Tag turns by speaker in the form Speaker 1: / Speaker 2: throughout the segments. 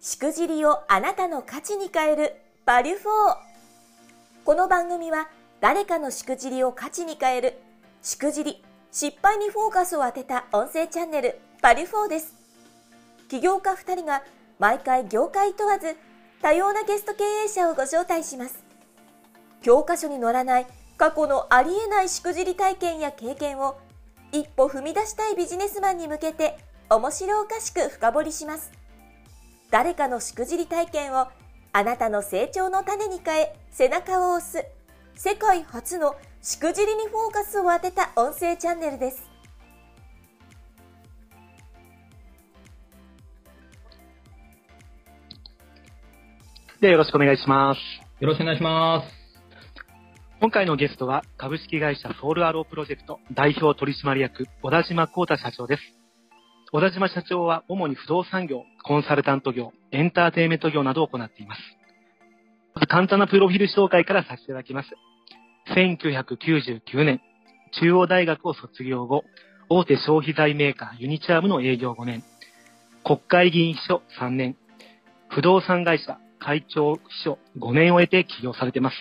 Speaker 1: しくじりをあなたの価値に変えるバリュフォーこの番組は誰かのしくじりを価値に変えるしくじり失敗にフォーカスを当てた音声チャンネルバリュフォーです起業家2人が毎回業界問わず多様なゲスト経営者をご招待します教科書に載らない過去のありえないしくじり体験や経験を一歩踏み出したいビジネスマンに向けて面白おかしく深掘りします誰かのしくじり体験をあなたの成長の種に変え背中を押す世界初のしくじりにフォーカスを当てた音声チャンネルです
Speaker 2: ではよろしくお願いします。
Speaker 3: よろしくお願いします。
Speaker 2: 今回のゲストは株式会社ソウルアロープロジェクト代表取締役小田島光太社長です。小田島社長は主に不動産業、コンサルタント業、エンターテインメント業などを行っています。簡単なプロフィール紹介からさせていただきます。1999年、中央大学を卒業後、大手消費財メーカーユニチャームの営業5年、国会議員秘書3年、不動産会社会長秘書5年を得て起業されています。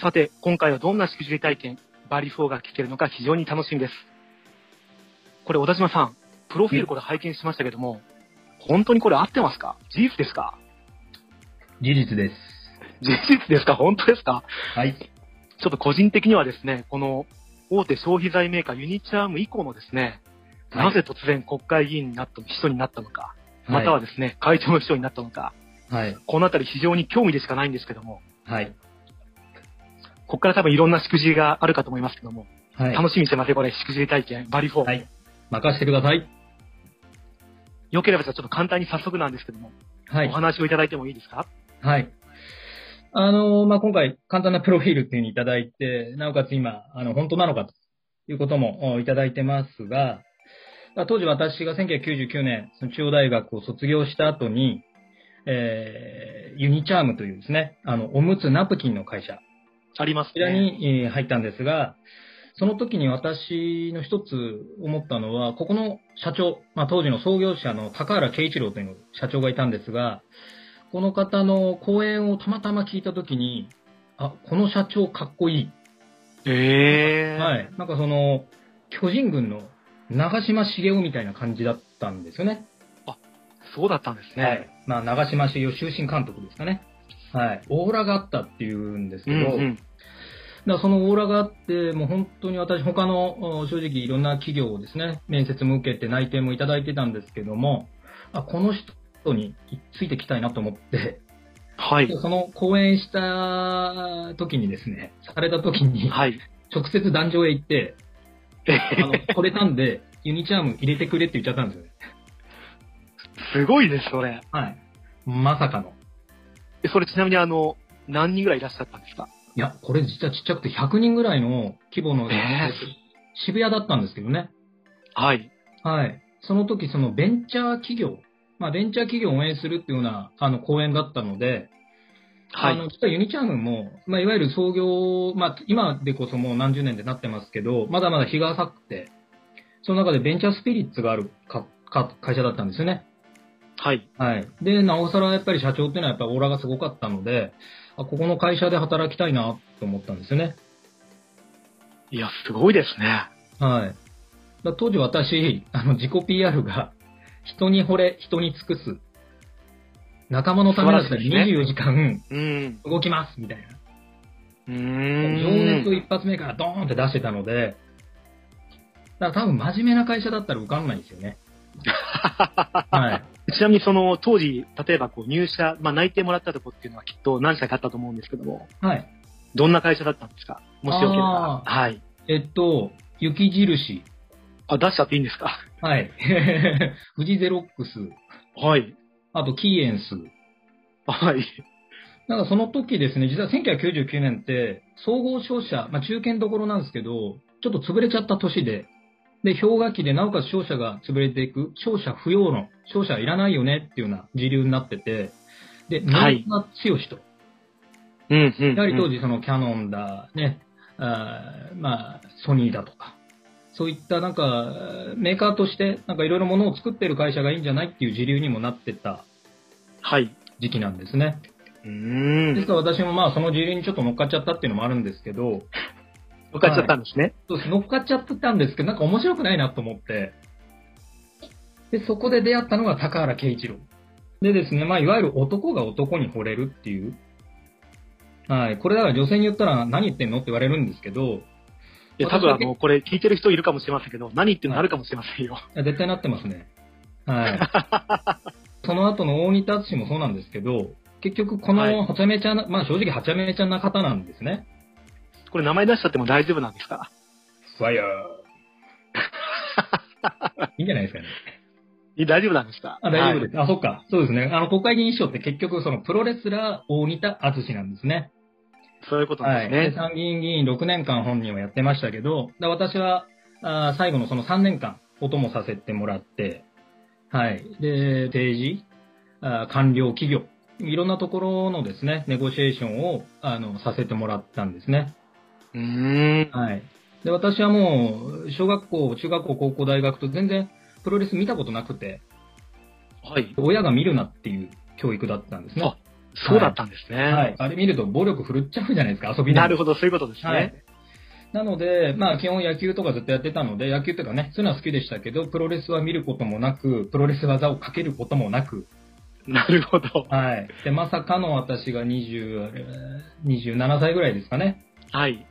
Speaker 2: さて、今回はどんなしくじり体験、バリフォーが聞けるのか非常に楽しみです。これ、小田島さん、プロフィールこれ拝見しましたけども、本当にこれ合ってますか事実ですか
Speaker 3: 事実です。
Speaker 2: 事実ですか本当ですか
Speaker 3: はい。
Speaker 2: ちょっと個人的にはですね、この大手消費財メーカーユニチャーム以降のですね、
Speaker 3: はい
Speaker 2: なぜ突然国会議員になったの、秘書になったのか、またはですね、会長の秘書になったのか、
Speaker 3: はい。
Speaker 2: このあたり非常に興味でしかないんですけども、
Speaker 3: はい。
Speaker 2: ここから多分いろんなしくじりがあるかと思いますけども、
Speaker 3: はい。
Speaker 2: 楽しみにしてますよ、これ、しくじり体験、バリフォー。
Speaker 3: はい任せてください。
Speaker 2: よければじゃあちょっと簡単に早速なんですけども、
Speaker 3: は
Speaker 2: お
Speaker 3: い。
Speaker 2: 話をいただいてもいいですか
Speaker 3: はい。あのーまあ、今回、簡単なプロフィールっていうのをいただいて、なおかつ今、あの、本当なのかということもおいただいてますが、まあ当時私が1999年、その中央大学を卒業した後に、えー、ユニチャームというですね、あの、おむつナプキンの会社、
Speaker 2: あります
Speaker 3: こちら
Speaker 2: ね。
Speaker 3: にえー入ったんですが、その時に私の一つ思ったのは、ここの社長、まあ、当時の創業者の高原慶一郎という社長がいたんですが、この方の講演をたまたま聞いた時に、あ、この社長かっこいい。
Speaker 2: ええー。
Speaker 3: はい。なんかその、巨人軍の長嶋茂雄みたいな感じだったんですよね。
Speaker 2: そうだったんですね。
Speaker 3: はい。まあ、長嶋茂雄終身監督ですかね。はい。オーラがあったっていうんですけ
Speaker 2: う
Speaker 3: ど、
Speaker 2: んうん。
Speaker 3: だからそのオーラがあって、もう本当に私、他のお正直いろんな企業をですね、面接も受けて内定もいただいてたんですけども、あこの人についてきたいなと思って、
Speaker 2: はい。
Speaker 3: その講演した時にですね、された時に、
Speaker 2: はい。
Speaker 3: 直接壇上へ 行って、あの、これたんで、ユニチャーム入れてくれって言っちゃったんですよね。
Speaker 2: すごいです、それ。
Speaker 3: はい。まさかの。
Speaker 2: えそれちなみにあの、何人ぐらいいらっしゃったんですか
Speaker 3: いや、これ実はちっちゃくて100人ぐらいの規模の、
Speaker 2: えー
Speaker 3: 渋谷だったんですけどね。
Speaker 2: はい。
Speaker 3: はい。その時、そのベンチャー企業、まあ、ベンチャー企業を応援するっていうような、あの、講演だったので、
Speaker 2: は
Speaker 3: あの、
Speaker 2: い。
Speaker 3: 実はユニチャームも、まあ、いわゆる創業、まあ、今でこそもう何十年でなってますけど、まだまだ日が浅くて、その中でベンチャースピリッツがあるか、か、会社だったんですよね。
Speaker 2: はい。
Speaker 3: はい。で、なおさらやっぱり社長っていうのはやっぱオーラがすごかったので、あ、ここの会社で働きたいなと思ったんですよね。
Speaker 2: いや、すごいですね。
Speaker 3: はい。だ当時私、あの、自己 PR が、人に惚れ、人に尽くす。仲間のためだった
Speaker 2: 素晴らしい
Speaker 3: り24時間
Speaker 2: うん。
Speaker 3: 動きますみたいな。
Speaker 2: う
Speaker 3: 情
Speaker 2: ー
Speaker 3: 熱を
Speaker 2: ん。
Speaker 3: 一発目からドーンって出してたので、だから多分真面目な会社だったら受かんないんですよ ね。はい。
Speaker 2: ちなみにその当時、例えばこう入社、まあ内定もらったとこっていうのはきっと何社かあったと思うんですけども、
Speaker 3: はい。
Speaker 2: どんな会社だったんですかもしよければ
Speaker 3: あ。
Speaker 2: はい。
Speaker 3: えっと、雪印。
Speaker 2: あ、出しちゃっていいんですか
Speaker 3: はい。 富士ゼロックス。
Speaker 2: はい。
Speaker 3: あと、キーエンス。
Speaker 2: はい。
Speaker 3: なんかその時ですね、実は1999年って、総合商社、まあ、中堅どころなんですけど、ちょっと潰れちゃった年で、で、氷河期で、なおかつ商社が潰れていく、商社不要の、商社いらないよねっていうような時流になってて、で、
Speaker 2: は
Speaker 3: 三
Speaker 2: い
Speaker 3: 浦強しと。
Speaker 2: うんうんうん。
Speaker 3: やはり当時、そのキャノンだ、ね、あーまあ、ソニーだとか、そういったなんか、メーカーとして、なんかいろいろものを作ってる会社がいいんじゃないっていう時流にもなってた
Speaker 2: はい。
Speaker 3: 時期なんですね。
Speaker 2: うーん。
Speaker 3: 実は私もまあその事例にちょっと乗っかっちゃったっていうのもあるんですけど、
Speaker 2: 分かっちゃったんですね。
Speaker 3: そうです乗っかっちゃってたんですけど、なんか面白くないなと思って、で、そこで出会ったのが高原圭一郎。でですね、まあ、いわゆる男が男に惚れるっていう。はい。これだから女性に言ったら何言ってんのって言われるんですけど、
Speaker 2: いや、多分あの、これ聞いてる人いるかもしれませんけど、何言ってんのあるかもしれませんよ。
Speaker 3: いや絶対なってますね。はい。その後の大仁田淳もそうなんですけど、結局こ
Speaker 2: は
Speaker 3: の
Speaker 2: い
Speaker 3: はちゃめちゃな、まあ正直はちゃめちゃな方なんですね。
Speaker 2: これ名前出しちゃっても大丈夫なんですか
Speaker 3: ファイ ヤー。いいんじゃないですかね。
Speaker 2: いや大丈夫なんですか。
Speaker 3: あ、大丈夫ですす。あ、そっか。そうですね。あの、国会議員賞って結局、その、プロレスラー、大仁田淳なんですね。
Speaker 2: はいそういうこと
Speaker 3: は
Speaker 2: なん
Speaker 3: い。
Speaker 2: で
Speaker 3: で
Speaker 2: ね。
Speaker 3: す参議院議員6年間本人はやってましたけど、だ私は、あー最後のその3年間、お供させてもらって、はい。で、提示、あー官僚、企業、いろんなところのですね、ネゴシエーションを、あの、させてもらったんですね。
Speaker 2: うーん。
Speaker 3: はい。で、私はもう、小学校、中学校、高校、大学と全然プロレス見たことなくて、
Speaker 2: はい。
Speaker 3: 親が見るなっていう教育だったんですね。
Speaker 2: あそうだったんですね。
Speaker 3: はい。あれ見ると暴力振るっちゃうじゃないですか、遊び
Speaker 2: なる
Speaker 3: ほ
Speaker 2: ほど、そういうことですね。
Speaker 3: はい。なので、まあ基本野球とかずっとやってたので、野球とかね、そういうのは好きでしたけど、プロレスは見ることもなく、プロレス技をかけることもなく、
Speaker 2: なるほど。
Speaker 3: はい。で、まさかの私が20、あれ27歳ぐらいですかね、
Speaker 2: はい。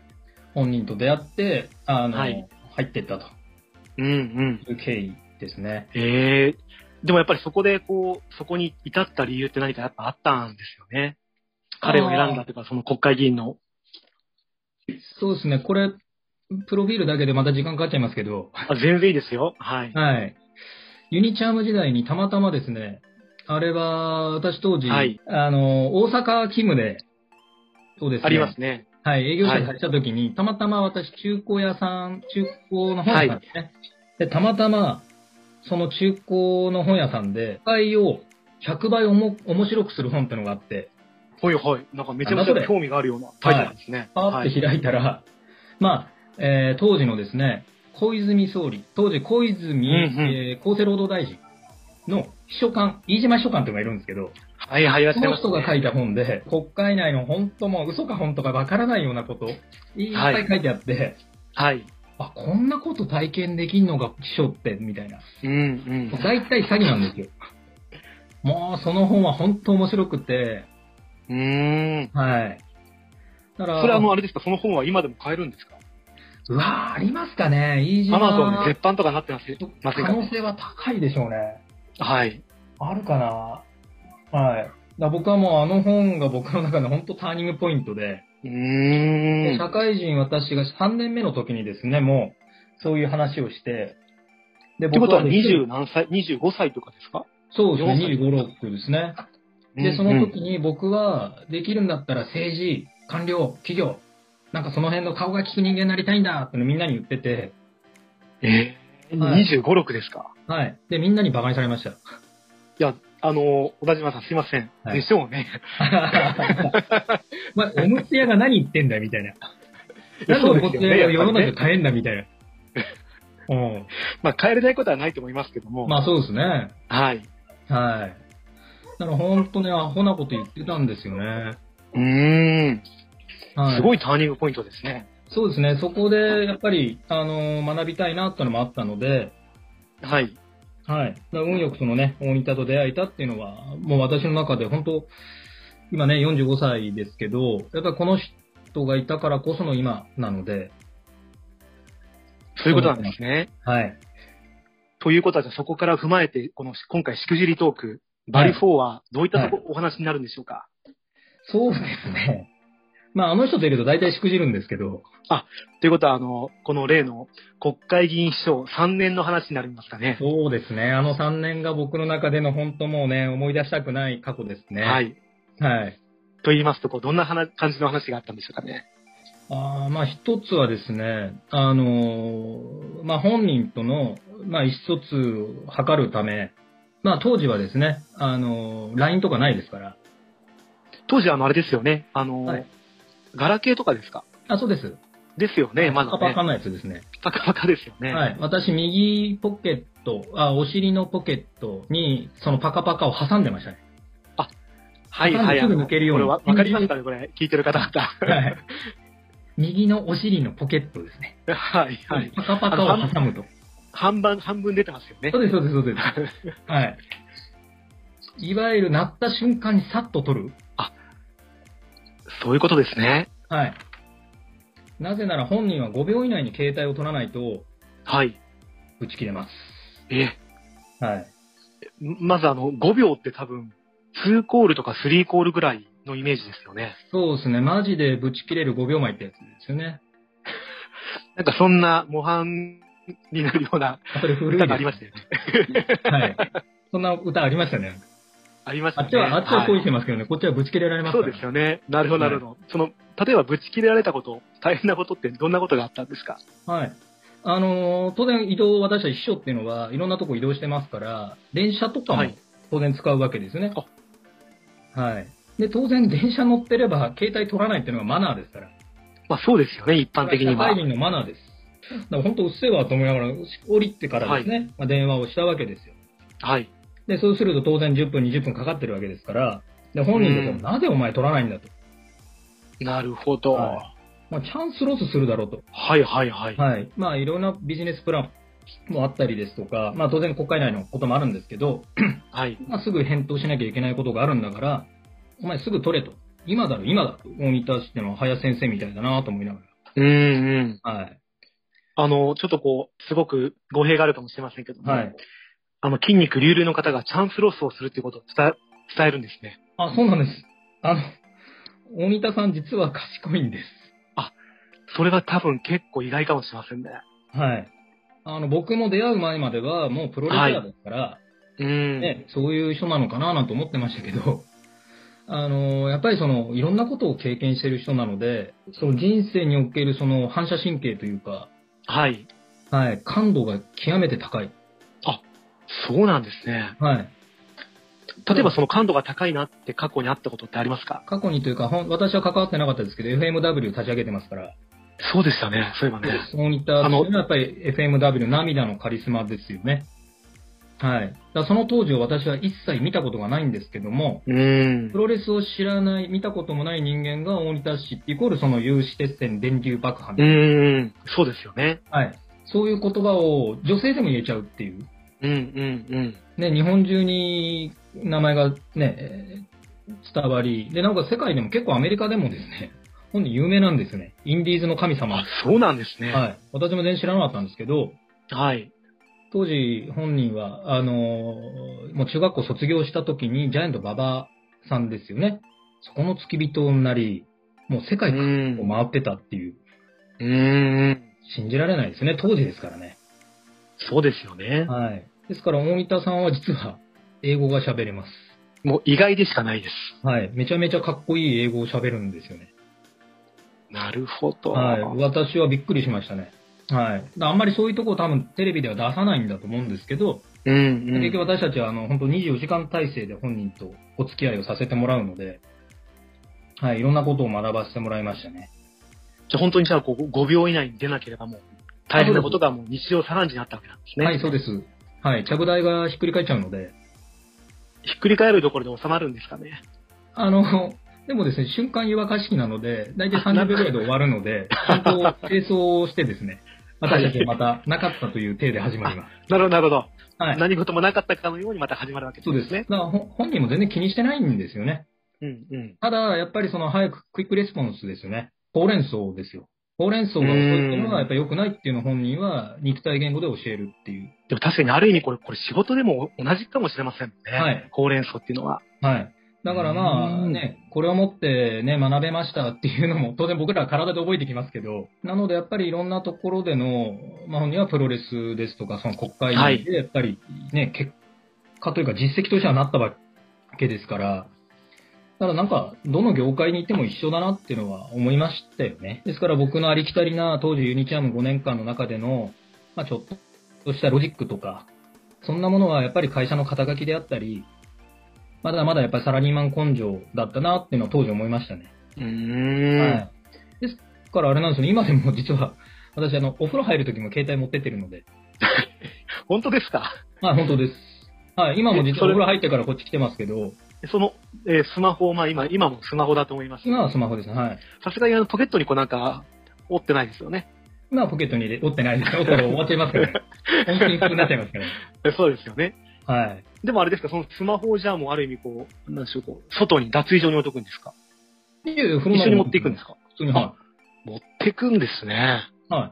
Speaker 3: 本人と出会って、あの、
Speaker 2: はい
Speaker 3: 入ってったと
Speaker 2: うんうん。
Speaker 3: いう経緯ですね。
Speaker 2: ええでもやっぱりそこで、こう、そこに至った理由って何かやっぱあったんですよね。彼を選んだというか、その国会議員の。
Speaker 3: そうですね、これ、プロフィールだけでまた時間かかっちゃいますけど、
Speaker 2: あ全然いいですよ。はい。
Speaker 3: はい。ユニチャーム時代にたまたまですね、あれは、私当時、
Speaker 2: はい
Speaker 3: あの、大阪勤務で、そうですね。
Speaker 2: ありますね。
Speaker 3: はい、営業所に入った時に、たまたま私、中古屋さん、中古の本屋さんですね。で、たまたま、その中古の本屋さんで、倍を100倍おも面白くする本ってのがあって、
Speaker 2: ほいほい。なんかめちゃめ
Speaker 3: なん
Speaker 2: ち
Speaker 3: だそ
Speaker 2: ゃ
Speaker 3: れ
Speaker 2: 興味があるようなタイトルなんですね。
Speaker 3: パー
Speaker 2: は
Speaker 3: って
Speaker 2: い。
Speaker 3: 開いたら、まあ、えー当時のですね、小泉総理、当時小泉、
Speaker 2: うんうん
Speaker 3: えー厚生労働大臣の秘書官、飯島秘書官というのがいるんですけど、
Speaker 2: はいはい、いらっしゃい
Speaker 3: その
Speaker 2: ます、
Speaker 3: 人が書いた本で、国会内の本当もう嘘か本当かわからないようなこと、いっぱい書いてあって、
Speaker 2: はい。
Speaker 3: あ、こんなこと体験できんのが秘書って、みたいな。
Speaker 2: うんうん。
Speaker 3: 大体詐欺なんですよ。 もう、その本は本当面白くて、
Speaker 2: うーん。
Speaker 3: はい。だから、
Speaker 2: それあの、あれですか、その本は今でも買えるんですか
Speaker 3: うわー、ありますかね、飯島。
Speaker 2: アマゾンで絶版とかになってますません
Speaker 3: 可
Speaker 2: か
Speaker 3: 能
Speaker 2: ね
Speaker 3: 性は高いでしょうね。
Speaker 2: はい。
Speaker 3: あるかなはい。だから僕はもうあの本が僕の中で本当ターニングポイントで、
Speaker 2: うーん。
Speaker 3: 社会人私が3年目の時にですね、もう、そういう話をして、で、
Speaker 2: ってことは
Speaker 3: ね
Speaker 2: 20何歳、25歳とかですか
Speaker 3: そうですね、
Speaker 2: 4
Speaker 3: 25、6ですね。で、その時に僕は、できるんだったら政治、官僚、企業、なんかその辺の顔が利く人間になりたいんだってのみんなに言ってて、
Speaker 2: えー、
Speaker 3: はい
Speaker 2: 25、6ですか
Speaker 3: はい。で、みんなに馬鹿にされました。
Speaker 2: いや、あの、小田島さんすいません。
Speaker 3: はい
Speaker 2: でしょうね。
Speaker 3: お前、おむつ屋が何言ってんだみたいな。なんで
Speaker 2: そ
Speaker 3: お
Speaker 2: うで
Speaker 3: む
Speaker 2: す
Speaker 3: つ
Speaker 2: よね。
Speaker 3: 屋が世の
Speaker 2: やっ
Speaker 3: 中
Speaker 2: ぱりね
Speaker 3: 変えんだみたいな。うん。
Speaker 2: まあ、帰れないことはないと思いますけども。
Speaker 3: まあそうですね。はい。
Speaker 2: はい。
Speaker 3: だから本当ね、アホなこと言ってたんですよね。
Speaker 2: うーん。
Speaker 3: は
Speaker 2: すご
Speaker 3: い。
Speaker 2: いターニングポイントですね。
Speaker 3: そうですね。そこで、やっぱり、あのー学びたいなってのもあったので、
Speaker 2: はい。
Speaker 3: はい。だから運よくそのね、大仁田と出会えたっていうのは、もう私の中で本当、今ね、45歳ですけど、やっぱりこの人がいたからこその今なので、
Speaker 2: そういうことなんですね。
Speaker 3: はい。
Speaker 2: ということは、じゃあそこから踏まえて、この今回、しくじりトーク、バリ4はどういったとこ、お話になるんでしょうか
Speaker 3: そうですね。 まあ、あの人といると大体しくじるんですけど、
Speaker 2: ということは、あの、この例の国会議員秘書3年の話になりますかね。
Speaker 3: そうですね。あの3年が僕の中での本当もうね、思い出したくない過去ですね。
Speaker 2: は。い。
Speaker 3: はい。
Speaker 2: と言いますと、こうどんな話感じの話があったんでしょうかね。
Speaker 3: あーまあ、一つはですね、あのーまあ、本人との、まあ、意思疎通を図るため、まあ、当時はですね、あのー LINE とかないですから。
Speaker 2: 当時、あの、あれですよね。あの、
Speaker 3: はい
Speaker 2: ガラケーとかですか
Speaker 3: あ、そうです。
Speaker 2: ですよね、まだ
Speaker 3: パカパ
Speaker 2: ね
Speaker 3: カ。なやつですね。
Speaker 2: パカパカですよね。
Speaker 3: はい。私、右ポケット、あ、お尻のポケットに、そのパカパカを挟んでましたね。
Speaker 2: あ、はいはい。
Speaker 3: すぐ抜けるように
Speaker 2: これわわかりますかねこれ、聞いてる方々。
Speaker 3: はい。右のお尻のポケットですね。
Speaker 2: はいはい。
Speaker 3: パカパカを挟むと。
Speaker 2: 半分、半分出てますよね
Speaker 3: そ。うです、そうです、そうです。はい。いわゆる鳴った瞬間にさっと取る。
Speaker 2: そういうことですね。
Speaker 3: はい。なぜなら本人は5秒以内に携帯を取らないと
Speaker 2: はい。
Speaker 3: 打ち切れま
Speaker 2: え、
Speaker 3: す。はい。
Speaker 2: まずあの、5秒って多分、2コールとか3コールぐらいのイメージですよね。
Speaker 3: そうですね。マジでぶち切れる5秒前ってやつですよね。
Speaker 2: なんかそんな模範になるような
Speaker 3: それ古い
Speaker 2: 歌
Speaker 3: です
Speaker 2: がありましたよね。
Speaker 3: はい。そんな歌ありましたね。
Speaker 2: ありまし
Speaker 3: あ
Speaker 2: た
Speaker 3: っ
Speaker 2: ね。
Speaker 3: ちは、あっちは恋し
Speaker 2: は
Speaker 3: てますけどね、こっちはぶち切れられ
Speaker 2: い
Speaker 3: ます
Speaker 2: そ
Speaker 3: か
Speaker 2: う
Speaker 3: ら。
Speaker 2: ですよね。なるほど、なるほど。その、例えばぶち切れられたこと、大変なことってどんなことがあったんですか
Speaker 3: はい。あのー当然移動、私たち秘書っていうのは、いろんなとこ移動してますから、電車とかも
Speaker 2: はい
Speaker 3: 当然使うわけですよね。はい。で、当然電車乗ってれば、携帯取らないっていうのがマナーですから。
Speaker 2: まあそうですよね、一般的には
Speaker 3: 社会。人のマナーです。だから本当、うっせえわと思いながら、降りてからですね、まあ、電話をしたわけですよ。
Speaker 2: はい。
Speaker 3: で、そうすると当然10分、20分かかってるわけですから、で、本人で
Speaker 2: うん
Speaker 3: もなぜお前取らないんだと。
Speaker 2: なるほど。は
Speaker 3: はまあ、チャンスロスするだろうと。
Speaker 2: いはいはい。
Speaker 3: はい。まあ、いろんなビジネスプランもあったりですとか、まあ、当然国会内のこともあるんですけど、
Speaker 2: はい。
Speaker 3: まあ、すぐ返答しなきゃいけないことがあるんだから、お前すぐ取れと。今だろ、今だと。大仁田市の林先生みたいだなと思いなが
Speaker 2: うんうん。
Speaker 3: ら。はい。
Speaker 2: あの、ちょっとこう、すごく語弊があるかもしれませんけども、
Speaker 3: はい。
Speaker 2: あの、筋肉隆々の方がチャンスロスをするっていうことを伝え、伝えるんですね。
Speaker 3: あ、そうなんです。あの、大仁田さん実は賢いんです。
Speaker 2: それは多分結構意外かもしれませんね。
Speaker 3: はい。あの、僕も出会う前まではもうプロレスラーですから、
Speaker 2: うん。
Speaker 3: ね、そういう人なのかななんて思ってましたけど、あのやっぱりそのいろんなことを経験してる人なので、その人生におけるその反射神経というか、
Speaker 2: はい。
Speaker 3: はい、感度が極めて高い。
Speaker 2: そうなんですね。
Speaker 3: はい。
Speaker 2: 例えばその感度が高いなって過去にあったことってありますか
Speaker 3: 過去にというか、ほん私は関わってなかったですけど、FMW 立ち上げてますから、
Speaker 2: そうでしたね。そういえばね。
Speaker 3: そういった、
Speaker 2: あ
Speaker 3: あ
Speaker 2: の
Speaker 3: のやっぱり FMW 涙のカリスマですよね。はい。だからその当時を私は一切見たことがないんですけども、
Speaker 2: うん
Speaker 3: プ。ロレスを知らない、見たこともない人間が大仁田市ってイコールその有刺鉄線電流爆破
Speaker 2: う
Speaker 3: みたい
Speaker 2: ん。そうですよね。
Speaker 3: な、はい。そういう言葉を女性でも言えちゃうっていう。
Speaker 2: うんうんうん。
Speaker 3: ね、日本中に名前がね、えー伝わり、で、なおかつ世界でも結構アメリカでもですね、本人有名なんですよね。インディーズの神様
Speaker 2: あ。、そうなんですね。
Speaker 3: はい。私も全然知らなかったんですけど、
Speaker 2: はい。
Speaker 3: 当時本人は、あのーもう中学校卒業した時にジャイアント馬場さんですよね。そこの付き人になり、もう世界
Speaker 2: う
Speaker 3: 各
Speaker 2: ん
Speaker 3: を。回ってたっていう、
Speaker 2: うん。
Speaker 3: 信じられないですね、当時ですからね。
Speaker 2: そうですよね。
Speaker 3: はい。ですから、大仁田さんは実は、英語が喋れます。
Speaker 2: もう意外でしかないです。
Speaker 3: はい。めちゃめちゃかっこいい英語を喋るんですよね。
Speaker 2: なるほど。
Speaker 3: はい。私はびっくりしましたね。はい。だあんまりそういうとこ多分テレビでは出さないんだと思うんですけど、
Speaker 2: うんう
Speaker 3: 結
Speaker 2: ん。
Speaker 3: 局私たちはあの、本当24時間体制で本人とお付き合いをさせてもらうので、はい。いろんなことを学ばせてもらいましたね。
Speaker 2: じゃあ本当にじゃあこう5秒以内に出なければもう大変なことがもう日常茶飯事になったわけなんですね。
Speaker 3: はい、そうです。はい。着台がひっくり返っちゃうので、
Speaker 2: ひっくり返るところで収まるんですかね。
Speaker 3: あの、でもですね、瞬間湯沸かし器なので、大体30秒ぐらいで終わるので、ちゃんと清掃をしてですね、私たちまたなかったという体で始まります。
Speaker 2: なるほど、なるほど。
Speaker 3: はい。
Speaker 2: 何事もなかったかのようにまた始まるわけ
Speaker 3: そうですね。
Speaker 2: ね。
Speaker 3: だからほ本人も全然気にしてないんですよね。
Speaker 2: うんうん。
Speaker 3: ただ、やっぱりその早くクイックレスポンスですよね。ほうれん草ですよ。ほうれん草が遅いっていうのはやっぱ良くないっていうのを本人は肉体言語で教えるっていう。
Speaker 2: でも確かにある意味これ、これ仕事でも同じかもしれませんね。
Speaker 3: はい
Speaker 2: ほうれん草っていうのは。
Speaker 3: はい。だからま
Speaker 2: う
Speaker 3: あ
Speaker 2: ん
Speaker 3: ね、これをもってね、学べましたっていうのも、当然僕らは体で覚えてきますけど、なのでやっぱりいろんなところでの、まあ本人はプロレスですとか、その国会内でやっぱりね、結果というか実績としてはなったわけですから、だからなんか、どの業界にいても一緒だなっていうのは思いましたよね。ですから僕のありきたりな当時ユニチャーム5年間の中での、まあちょっとしたロジックとか、そんなものはやっぱり会社の肩書きであったり、まだまだやっぱりサラリーマン根性だったなっていうのは当時思いましたね。
Speaker 2: うー
Speaker 3: は
Speaker 2: ん。
Speaker 3: い。ですからあれなんですよね、今でも実は、私あの、お風呂入るときも携帯持ってってるので、
Speaker 2: 本当ですか
Speaker 3: まあ本当です。はい、今も実
Speaker 2: え
Speaker 3: は
Speaker 2: そ
Speaker 3: お
Speaker 2: れ
Speaker 3: 風呂入ってからこっち来てますけど、
Speaker 2: その、えースマホ、まあ今、今もスマホだと思います。
Speaker 3: 今はスマホですね。はい。
Speaker 2: さすがにあのポケットにこうなんか、折ってないですよね。
Speaker 3: 今はポケットに入れ、折ってないです。折ったら終わっちゃいますから ね。本当に普通になっちゃいますからね。
Speaker 2: えそうですよね。
Speaker 3: はい。
Speaker 2: でもあれですか、そのスマホをじゃあもうある意味こう、なんでしょう、こう、外に脱衣所に置いとくんですか
Speaker 3: いやいや風呂
Speaker 2: 一
Speaker 3: の中
Speaker 2: 緒に持っていくんですか
Speaker 3: 普通に、は
Speaker 2: 持ってくんですね。
Speaker 3: い。はい
Speaker 2: や、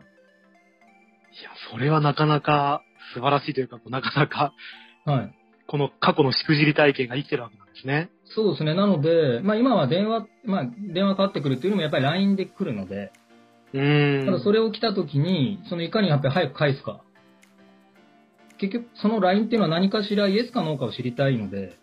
Speaker 2: それはなかなか素晴らしいというか、こうなかなか、
Speaker 3: い。はい。
Speaker 2: この過去のしくじり体験が生きてるわけなんですね。
Speaker 3: そうですね。なので、まあ今は電話、まあ電話かかってくるっていうのもやっぱり LINE で来るので、
Speaker 2: うーん。
Speaker 3: ただそれを来た時に、そのいかにやっぱり早く返すか。結局、その LINE っていうのは何かしらイエスかノーかを知りたいので、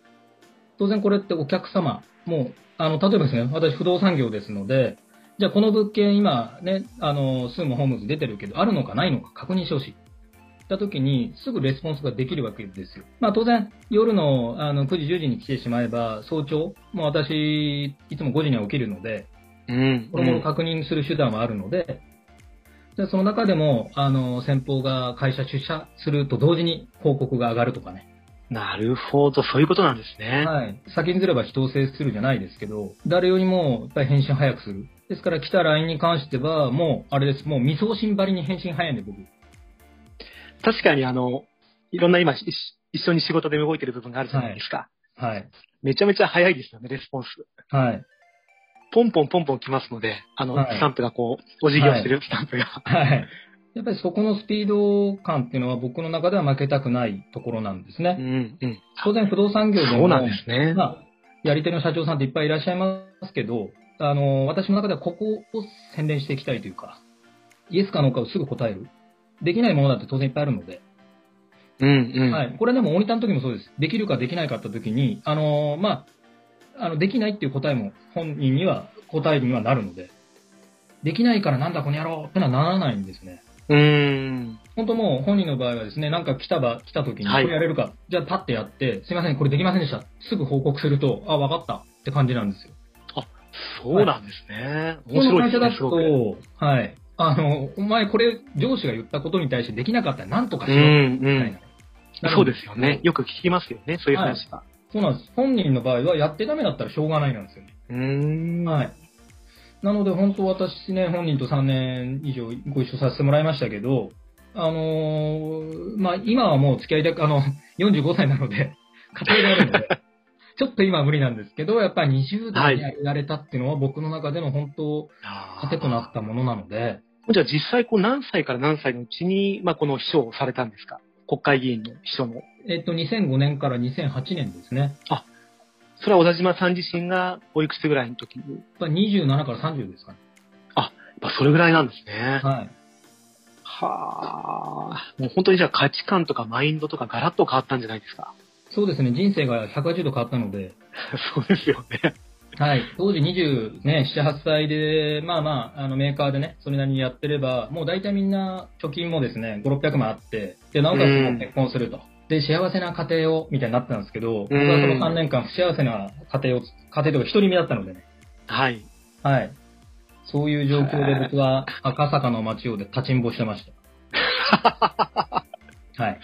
Speaker 3: 当然これってお客様、もう、あの、例えばですね、私不動産業ですので、じゃあこの物件今ね、あの、スームホームズ出てるけど、あるのかないのか確認してほしい。った時に、すぐレスポンスができるわけですよ。まあ当然、夜のあの9時、10時に来てしまえば、早朝、もう私、いつも5時には起きるので、
Speaker 2: うん。
Speaker 3: これも確認する手段はあるので、でその中でも、あの、先方が会社出社すると同時に報告が上がるとかね。
Speaker 2: なるほど、そういうことなんですね。
Speaker 3: はい。先にずれば人を制するじゃないですけど、誰よりもやっぱり返信早くする。ですから来た LINE に関しては、もう、あれです。もう未送信ばりに返信早いんで、僕。
Speaker 2: 確かにあの、いろんな今、い一緒に仕事で動いてる部分があるじゃないですか。
Speaker 3: はい。
Speaker 2: めちゃめちゃ早いですよね、レスポンス。
Speaker 3: はい。
Speaker 2: ポンポンポンポン来ますので、あの、
Speaker 3: はい
Speaker 2: スタンプがこう、お辞儀をしてるスタンプが。
Speaker 3: はい。やっぱりそこのスピード感っていうのは僕の中では負けたくないところなんですね。
Speaker 2: うんうん。
Speaker 3: 当然不動産業でも、
Speaker 2: そうなんですね。
Speaker 3: まあ、やり手の社長さんっていっぱいいらっしゃいますけど、あの、私の中ではここを洗練していきたいというか、イエスかノーかをすぐ答える。できないものだって当然いっぱいあるので。
Speaker 2: うんうん。
Speaker 3: はい。これでも大仁田の時もそうです。できるかできないかって時に、あの、まあ、あの、できないっていう答えも本人には、答えにはなるので、できないからなんだこの野郎ってのはならないんですね。
Speaker 2: うーん。
Speaker 3: 本当もう本人の場合はですね、なんか来たば、来た時に、こ
Speaker 2: はい
Speaker 3: れやれるか、じゃあパッてやって、すいません、これできませんでした。すぐ報告すると、あ、わかったって感じなんですよ。
Speaker 2: そうなんですね。面
Speaker 3: こ
Speaker 2: 白
Speaker 3: の
Speaker 2: いです
Speaker 3: 会社だ
Speaker 2: ね、すごく。うん
Speaker 3: と、はい。あの、お前これ、上司が言ったことに対してできなかったらなんとかし
Speaker 2: う
Speaker 3: ろ、みたい
Speaker 2: ん。
Speaker 3: な。
Speaker 2: そうですよね。よく聞きますよね、そういう話が。
Speaker 3: そうなんです。本人の場合は、やってダメだったらしょうがないなんですよね。
Speaker 2: うーん。
Speaker 3: はい。なので、本当私ね、本人と3年以上ご一緒させてもらいましたけど、あのーまあ、今はもう付き合いたく、あの、45歳なので、家庭があるの で、ちょっと今は無理なんですけど、やっぱり20代にやれたっていうのは僕の中での本当、
Speaker 2: あー
Speaker 3: 糧となったものなので、
Speaker 2: じゃあ実際こう何歳から何歳のうちに、まあ、この秘書をされたんですか国会議員の秘書の。
Speaker 3: えっと、2005年から2008年ですね。
Speaker 2: それは小田島さん自身がおいくつぐらいの時に。やっ
Speaker 3: やっぱ27から30ですかね。
Speaker 2: ぱそれぐらいなんですね。
Speaker 3: はい。
Speaker 2: はあ。もう本当にじゃあ価値観とかマインドとかガラッと変わったんじゃないですか。
Speaker 3: そうですね、人生が180度変わったので、
Speaker 2: そうですよね。
Speaker 3: はい。当時27、8歳で、まあまあ、あのメーカーでね、それなりにやってれば、もう大体みんな貯金もですね、5、600万あって、で、なおかつもう結婚すると。で、幸せな家庭を、みたいになってたんですけど、僕はその3年間不幸せな家庭を、家庭とか一人身だったのでね。
Speaker 2: はい。
Speaker 3: はい。そういう状況
Speaker 2: へ
Speaker 3: で
Speaker 2: ー
Speaker 3: 僕は赤坂の街をで立ちんぼしてま した。はい。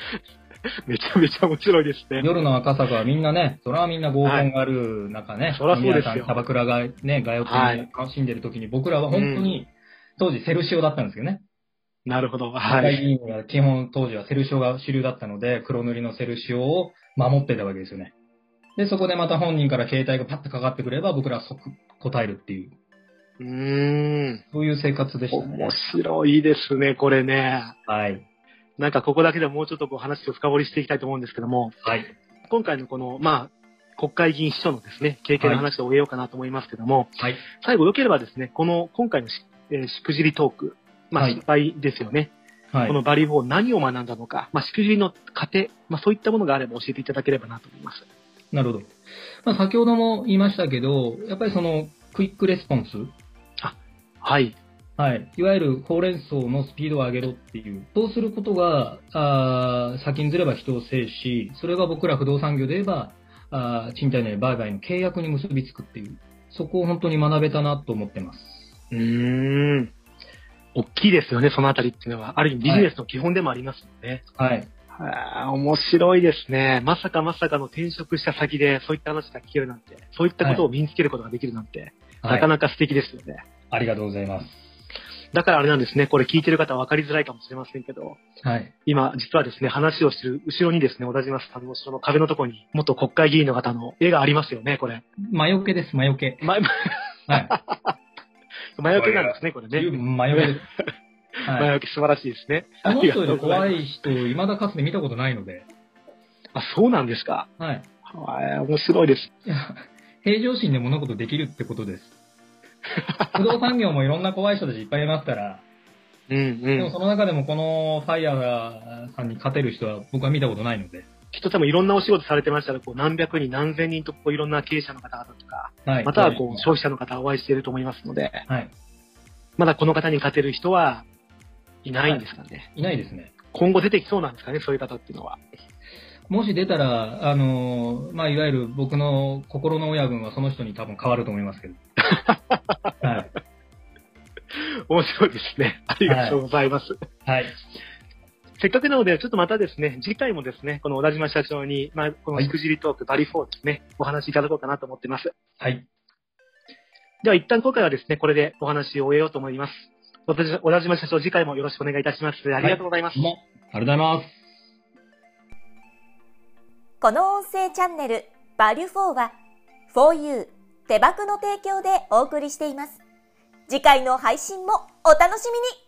Speaker 2: めちゃめちゃ面白いですね。
Speaker 3: 夜の赤坂はみんなね、それはみんな合コンがある中ね、
Speaker 2: そりゃそうですよ
Speaker 3: 飲み屋さんキャバクラがね、ガヨに楽しんでる時に、僕らは本当に、当時セルシオだったんですけどね。
Speaker 2: なるほど。は
Speaker 3: 国会
Speaker 2: い。
Speaker 3: 議員は基本当時はセルシオが主流だったので、黒塗りのセルシオを守ってたわけですよね。で、そこでまた本人から携帯がパッとかかってくれば、僕らは即答えるっていう、
Speaker 2: うーん。
Speaker 3: そういう生活でしたね
Speaker 2: 面。白いですね、これね。
Speaker 3: はい。
Speaker 2: なんかここだけでもうちょっとこう話を深掘りしていきたいと思うんですけども、
Speaker 3: はい。
Speaker 2: 今回のこの、まあ、国会議員秘書のですね、経験の話を終えようかなと思いますけども、
Speaker 3: はい。
Speaker 2: 最後良ければですね、この今回のし,、えーしくじりトーク、まあ
Speaker 3: はい
Speaker 2: 失敗ですよね、
Speaker 3: はい
Speaker 2: こ。のバリュー4何を学んだのか、まあしくじりの過程、まあそういったものがあれば教えていただければなと思います。
Speaker 3: なるほど。まあ、先ほども言いましたけど、やっぱりその、クイックレスポンス。
Speaker 2: はい。
Speaker 3: はい。いわゆるほうれん草のスピードを上げろっていう。そうすることが、あー先にずれば人を制し、それが僕ら不動産業で言えば、あー賃貸の売買の契約に結びつくっていう。そこを本当に学べたなと思ってます。
Speaker 2: うーん。大きいですよね、そのあたりっていうのは。ある意味ビジネスの基本でもありますよね。
Speaker 3: はい。
Speaker 2: あー面白いですね。まさかまさかの転職した先でそういった話が聞けるなんて、そういったことを身につけることができるなんて、
Speaker 3: はい
Speaker 2: なかなか素敵ですよね。
Speaker 3: ありがとうございます。
Speaker 2: だからあれなんですね、これ聞いてる方は分かりづらいかもしれませんけど、
Speaker 3: はい。
Speaker 2: 今実はですね、話をしてる後ろにですね、小田島さんの後ろの壁のところに、元国会議員の方の絵がありますよね、これ。
Speaker 3: 魔除けです、魔除け。
Speaker 2: ま、
Speaker 3: はい。
Speaker 2: 魔除けなんですね、これね。
Speaker 3: 十分魔除 けです。
Speaker 2: 魔
Speaker 3: はい。
Speaker 2: 除け素晴らしいですね。
Speaker 3: この人より怖
Speaker 2: い
Speaker 3: い人、未だかつて見たことないので、
Speaker 2: ます。あ、そうなんですか。
Speaker 3: はい。
Speaker 2: はい、面白いです。
Speaker 3: いや平常心で物事できるってことです。 不動産業もいろんな怖い人たちいっぱいいますから、
Speaker 2: うん
Speaker 3: でも
Speaker 2: うん。
Speaker 3: その中でもこのファイヤーさんに勝てる人は僕は見たことないので、
Speaker 2: きっと多分いろんなお仕事されてましたら、こう何百人何千人とこういろんな経営者の方々とか、
Speaker 3: はい。
Speaker 2: またはこう消費者の方お会いしていると思いますので、
Speaker 3: はい。
Speaker 2: まだこの方に勝てる人はいないんですかね。
Speaker 3: いないですね。
Speaker 2: 今後出てきそうなんですかね、そういう方っていうのは。
Speaker 3: もし出たら、あの、まあ、いわゆる僕の心の親分はその人に多分変わると思います けど。はい。
Speaker 2: 面白いですね。ありがとうございます。
Speaker 3: はい。
Speaker 2: せっかくなので、ちょっとまたですね、次回もですね、この小田島社長に、まあ、このしくじりトーク、バリ4ですね、お話しいただこうかなと思ってます。
Speaker 3: はい。
Speaker 2: では、一旦今回はですね、これでお話を終えようと思います。小田小田島社長、次回もよろしくお願いいたします。ありがとうございます。
Speaker 3: どうも、ありがとうございます。
Speaker 1: この音声チャンネル「バリュフォーは「4U 手箱の提供でお送りしています次回の配信もお楽しみに